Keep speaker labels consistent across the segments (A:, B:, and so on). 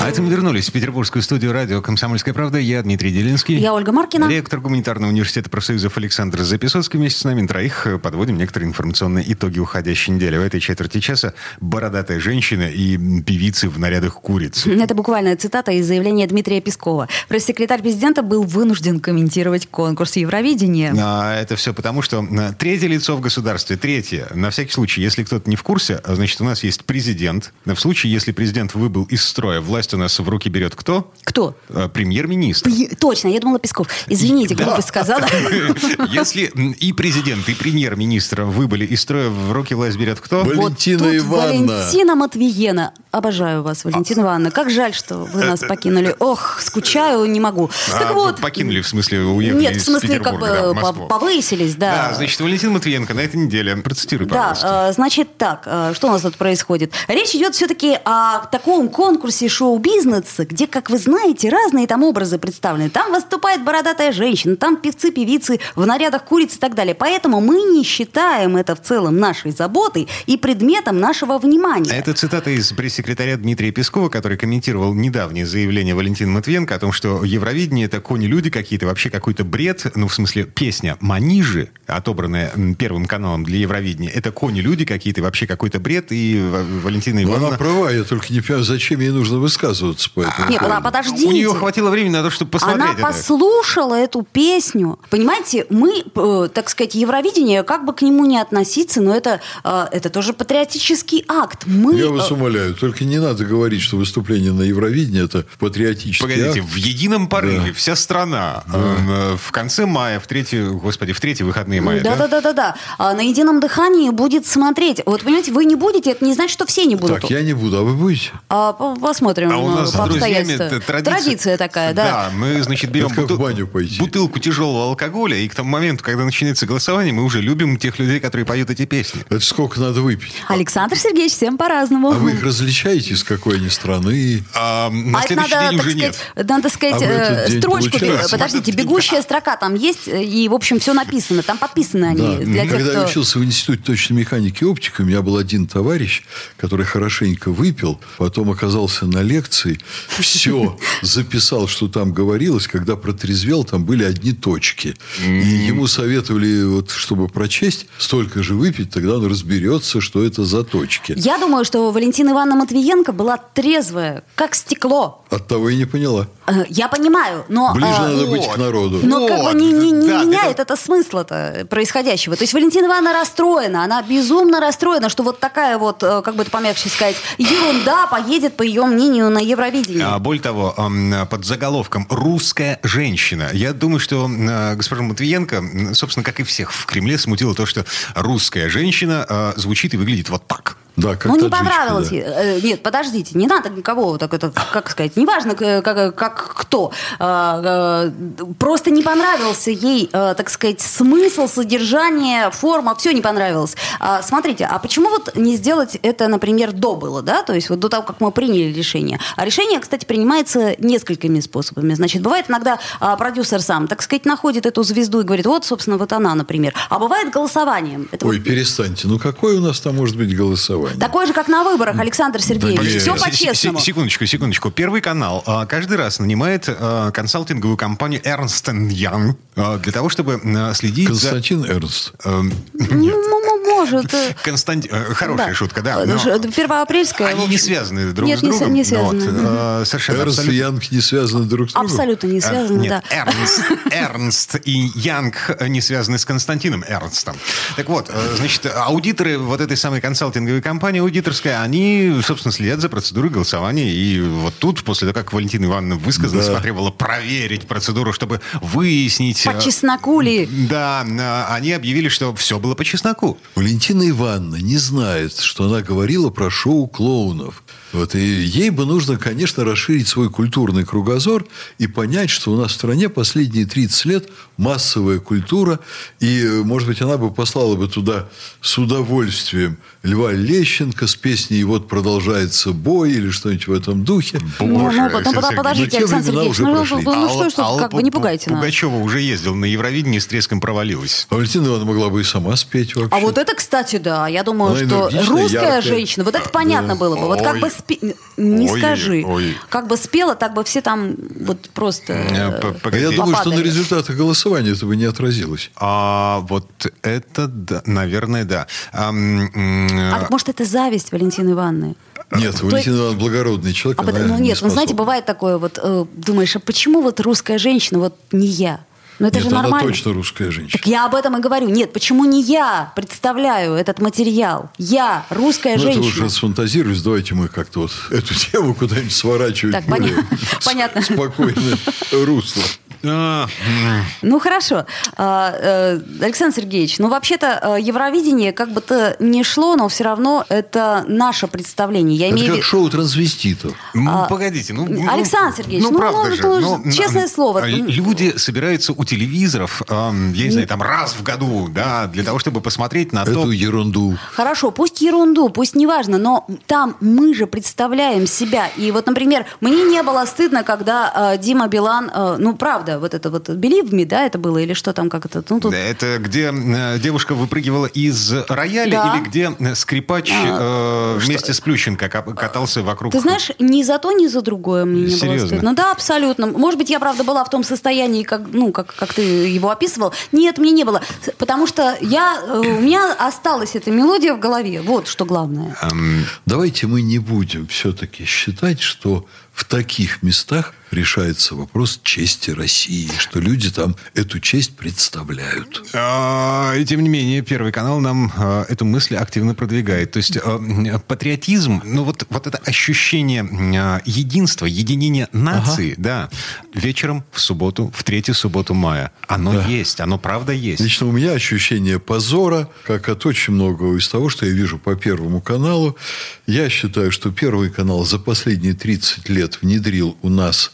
A: А это мы вернулись в петербургскую студию радио «Комсомольская правда». Я Дмитрий Делинский.
B: Я Ольга Маркина.
A: Ректор гуманитарного университета профсоюзов Александр Записоцкий вместе с нами троих э, подводим некоторые информационные итоги уходящей недели. В этой четверти часа бородатая женщина и м, певицы в нарядах куриц.
B: Это буквальная цитата из заявления Дмитрия Пескова. Пресс-секретарь президента был вынужден комментировать конкурс Евровидения.
A: А, это все потому, что м, третье лицо в государстве, третье, на всякий случай, если кто-то не в курсе, а, значит, у нас есть президент. В случае, если президент выбыл из строя, власть у нас в руки берет кто?
B: Кто?
A: Э, Премьер-министр.
B: Пи- Точно, я думала Песков. Извините,
A: Да.
B: глупо сказала.
A: Если м, и президент, и премьер-министр выбыли из строя, в руки власть берет кто?
C: Блин.
B: Вот
C: Валентина
B: тут
C: Ивановна.
B: Валентина Матвиена. Обожаю вас, Валентина Ивановна. Как жаль, что вы нас покинули. Ох, скучаю, не могу.
A: Э, А,
B: Так вот.
A: Покинули, в смысле, уехали
B: Нет, в
A: из
B: смысле, как бы
A: Петербурга, да, в
B: по-
A: Москву.
B: повысились, да.
A: Да, значит, Валентин Матвиенко на этой неделе. Процитируй,
B: Да,
A: пожалуйста.
B: э, значит так, э, что у нас тут происходит? Речь идет все-таки о таком конкурсе шоу-бизнеса, где, как вы знаете, разные там образы представлены. Там выступает бородатая женщина, там певцы-певицы в нарядах куриц и так далее. Поэтому мы не считаем это в целом нашей заботой и предметом нашего внимания.
A: Это цитата из пресс-секретаря Дмитрия Пескова, который комментировал недавнее заявление Валентина Матвиенко о том, что Евровидение — это кони-люди какие-то, вообще какой-то бред, ну, в смысле, песня «Манижи», отобранная м, Первым каналом для Евровидения, это кони-люди какие-то, вообще какой-то бред, и э, Валентина
C: Ну,
A: Ивановна...
C: она права, я только не понимаю, зачем ей нужно высказываться по этому
B: Нет,
C: поводу.
B: а подождите.
A: Ну, У нее хватило времени на то, чтобы посмотреть
B: Она
A: это.
B: послушала эту песню. Понимаете, мы, э, так сказать, Евровидение, как бы к нему не относиться, но это, э, это тоже патриотический акт. Мы,
C: Я
B: э,
C: вас умоляю, только не надо говорить, что выступление на Евровидении – это патриотический
A: Погодите,
C: акт.
A: в едином порыве
C: Да.
A: вся страна э, в конце мая, в третьи, господи, в третьи выходные мая,
B: Да, да, да, да, да. А на едином дыхании будет смотреть. Вот понимаете, вы не будете, это не значит, что все не будут.
C: Так, я не буду, а вы будете?
B: А, по- посмотрим
A: А у
B: э,
A: нас с
B: по
A: друзьями
B: обстоятельствам.
A: т- традиция.
B: такая, да.
A: мы, значит, берем
C: Это как
A: бутыл-
C: в баню пойти.
A: бутылку тяжелого алкоголя, и к тому моменту, когда начинается голосование, мы уже любим тех людей, которые поют эти песни.
C: Это сколько надо выпить?
B: Александр Сергеевич, всем по-разному.
C: А вы их различаете, из какой они страны?
A: А
B: А
A: на
B: это
A: следующий
B: надо,
A: день
B: так
A: уже
B: сказать,
A: нет.
B: надо сказать,
C: А в этот
B: э,
C: день
B: строчку.
C: получается?
B: э, Подождите, бегущая строка там есть, э, и, в общем, все написано. Там подписаны они.
C: Да.
B: Для тех,
C: Когда я
B: кто...
C: учился в Институте точной механики и оптики, у меня был один товарищ, который хорошенько выпил, потом оказался на лекции, все записал, что там говорилось. Когда протрезвел, там были одни точки. И ему советовали, вот, чтобы прочесть, столько же выпить, тогда он разберется, что это за точки.
B: Я думаю, что Валентина Ивановна Матвиенко была трезвая, как стекло.
C: От того и не поняла.
B: Э, Я понимаю, но...
C: Ближе
B: э,
C: надо быть
A: вот.
C: к народу.
B: Но Ну, как
A: Вот,
B: бы не, не- не
A: да,
B: меняет
A: это-
B: это, смысла-то э, происходящего. То есть Валентина Ивановна расстроена, она безумно расстроена, что вот такая вот, э, как бы это помягче сказать, ерунда поедет, по ее мнению, на Евровидение.
A: А, более того, ам, под заголовком «Русская женщина». Я думаю, что а, госпожа Матвиенко, м, собственно, как и всех в Кремле, смутило то, что русская женщина а, звучит и выглядит вот так.
C: Да, как
B: Ну, не
C: таджичка,
B: понравилось.
C: да.
B: ей. Э, Нет, подождите, не надо никого, так это, как сказать, неважно, к- как, как кто. Э, э, Просто не понравился ей, э, так сказать, смысл, содержание, форма, все не понравилось. А, Смотрите, а почему вот не сделать это, например, до было, да? То есть вот до того, как мы приняли решение. А решение, кстати, принимается несколькими способами. Значит, бывает иногда а, продюсер сам, так сказать, находит эту звезду и говорит, вот, собственно, вот она, например. А бывает голосованием. Это
C: Ой,
B: вот
C: перестаньте. Ну, какое у нас там может быть голосование?
B: Такое же, как на выборах, Александр Сергеевич.
C: нет.
B: Все
A: С-
B: по-честному.
A: с- Секундочку, секундочку. Первый канал а, каждый раз нанимает а, консалтинговую компанию Ernst Young а, для того, чтобы а, следить за...
C: Константин Эрнст.
A: эм,
B: Ну, м- м- может. э,
A: Константи- э, Хорошая
B: да. ну
A: шутка, да. но
B: Ж- э, Первоапрельская. в
A: Они не
B: общем.
A: связаны друг
B: Нет,
A: с
B: не с-
A: другом.
B: не
A: ну вот,
B: связаны,
A: э, совершенно
C: Эрнст и
A: абсолютно.
C: Янг не связаны друг с другом.
B: Абсолютно не
A: Э,
B: связаны,
A: нет,
B: да.
A: Эрнст, Эрнст и Янг э, не связаны с Константином Эрнстом. Так вот, э, значит, аудиторы вот этой самой консалтинговой компании аудиторской, они, собственно, следят за процедурой голосования. И вот тут, после того, как Валентина Ивановна высказалась,
C: Да.
A: потребовала проверить процедуру, чтобы выяснить... э,
B: По чесноку ли?
A: Да, э, они объявили, что все было по чесноку.
C: Валентина Ивановна не знает, что она говорила про шоу клоунов. Вот, и ей бы нужно, конечно, расширить свой культурный кругозор и понять, что у нас в стране последние 30 лет массовая культура, и, может быть, она бы послала бы туда с удовольствием Льва Лещенко с песней «Вот продолжается бой» или что-нибудь в этом духе.
B: Ну,
A: Боже,
B: ну, потом-
A: Александр
B: потом-
A: Сергеевич,
B: подождите,
C: те
B: Александр
C: времена
B: Сергеевич,
C: уже
B: ну, ну,
C: прошли.
B: ну,
A: А
B: ну
A: Алла-
B: что, ж
A: Алла
B: вы, как бы не
A: Пу- Пу-
B: пугайте нас.
A: Пугачева уже ездил на Евровидение, с треском провалилась.
C: А Валентина Ивановна могла бы и сама спеть вообще.
B: А вот это, кстати, да, я думаю,
C: Она
A: ну,
B: что
C: энергичная,
B: русская
C: яркая.
B: женщина, вот это понятно было бы, вот как
A: Ой.
B: бы спе- не
A: Ой,
B: скажи,
A: ой.
B: как бы спела, так бы все там вот просто.
A: Э,
B: э,
A: п-
C: А
A: погоди.
C: я думаю, что на
B: попадали.
C: результаты голосования это бы не отразилось.
A: А вот это, да, наверное, да. Ам, м, э,
B: А так, может, это зависть Валентины Ивановны?
C: Нет, Валентина Ивановна благородный человек,
B: А
C: она
B: потом- ну
C: не
B: нет, ну знаете,
C: способна.
B: бывает такое, вот э, думаешь, а почему вот русская женщина, вот не я? Ну это
C: Нет,
B: же
C: она
B: нормально.
C: точно русская женщина.
B: Так я об этом и говорю. Нет, почему не я представляю этот материал? Я русская
C: Ну, это
B: женщина.
C: уже сфантазируюсь. Давайте мы как-то вот эту тему куда-нибудь сворачивать.
B: Так,
C: более
B: понятно.
C: с-
B: Понятно.
C: Спокойно. Русло.
A: а,
B: Ну хорошо. А, э, Александр Сергеевич, ну вообще-то э, Евровидение, как бы то ни шло, но все равно это наше представление. Я
C: Это
B: имею в
C: как
B: виду.
C: шоу трансвеститов.
A: Ну, погодите, ну... ну,
B: А, Александр Сергеевич, ну,
A: правда
B: ну,
A: же,
B: ну,
A: ну,
B: честное
A: м,
B: слово.
A: лю- Люди собираются у телевизоров, ам, я не знаю, там раз в году, да, для того, чтобы посмотреть на А то,
C: Эту ерунду.
B: Хорошо, пусть ерунду, пусть неважно, но там мы же представляем себя. И вот, например, мне не было стыдно, когда э, Дима Билан, э, ну правда, вот это вот Believe Me, да, это было, или что там, как это, ну тут...
A: Да, Это где э, девушка выпрыгивала из рояля
B: Да.
A: или где э, скрипач
B: А,
A: э, вместе с Плющенко кап- катался вокруг?
B: Ты знаешь, ни за то, ни за другое мне не
A: Серьезно?
B: было стыдно. Ну да, абсолютно. Может быть, я, правда, была в том состоянии, как, ну, как, как ты его описывал. Нет, мне не было. С- Потому что я, э, у меня осталась эта мелодия в голове. Вот что главное.
C: Давайте мы не будем все-таки считать, что в таких местах решается вопрос чести России, что люди там эту честь представляют.
A: А, И тем не менее, Первый канал нам а, эту мысль активно продвигает. То есть а, м, патриотизм, ну вот, вот это ощущение м, а, единства, единения нации, да, вечером в субботу, в третью субботу мая, оно есть, оно правда есть.
C: Лично у меня ощущение позора, как от очень многого из того, что я вижу по Первому каналу. Я считаю, что Первый канал за последние 30 лет внедрил у нас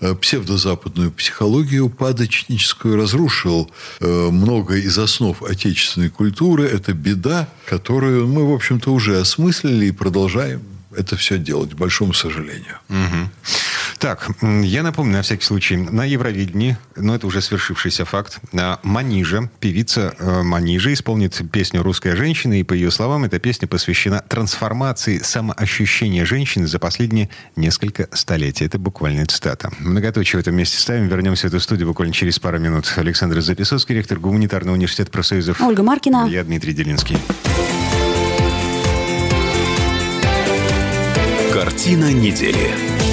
C: э, псевдозападную психологию падочническую, разрушил э, много из основ отечественной культуры. Это беда, которую мы, в общем-то, уже осмыслили и продолжаем это все делать, к большому сожалению.
A: Так, м, я напомню на всякий случай, на Евровидении, но это уже свершившийся факт, а, Манижа, певица э, Манижа, исполнит песню «Русская женщина», и по ее словам, эта песня посвящена трансформации самоощущения женщины за последние несколько столетий. Это буквальная цитата. Многоточие в этом месте ставим. Вернемся в эту студию буквально через пару минут. Александр Записовский, ректор Гуманитарного университета профсоюзов.
B: Ольга Маркина.
A: Я Дмитрий Делинский.
D: Картина недели.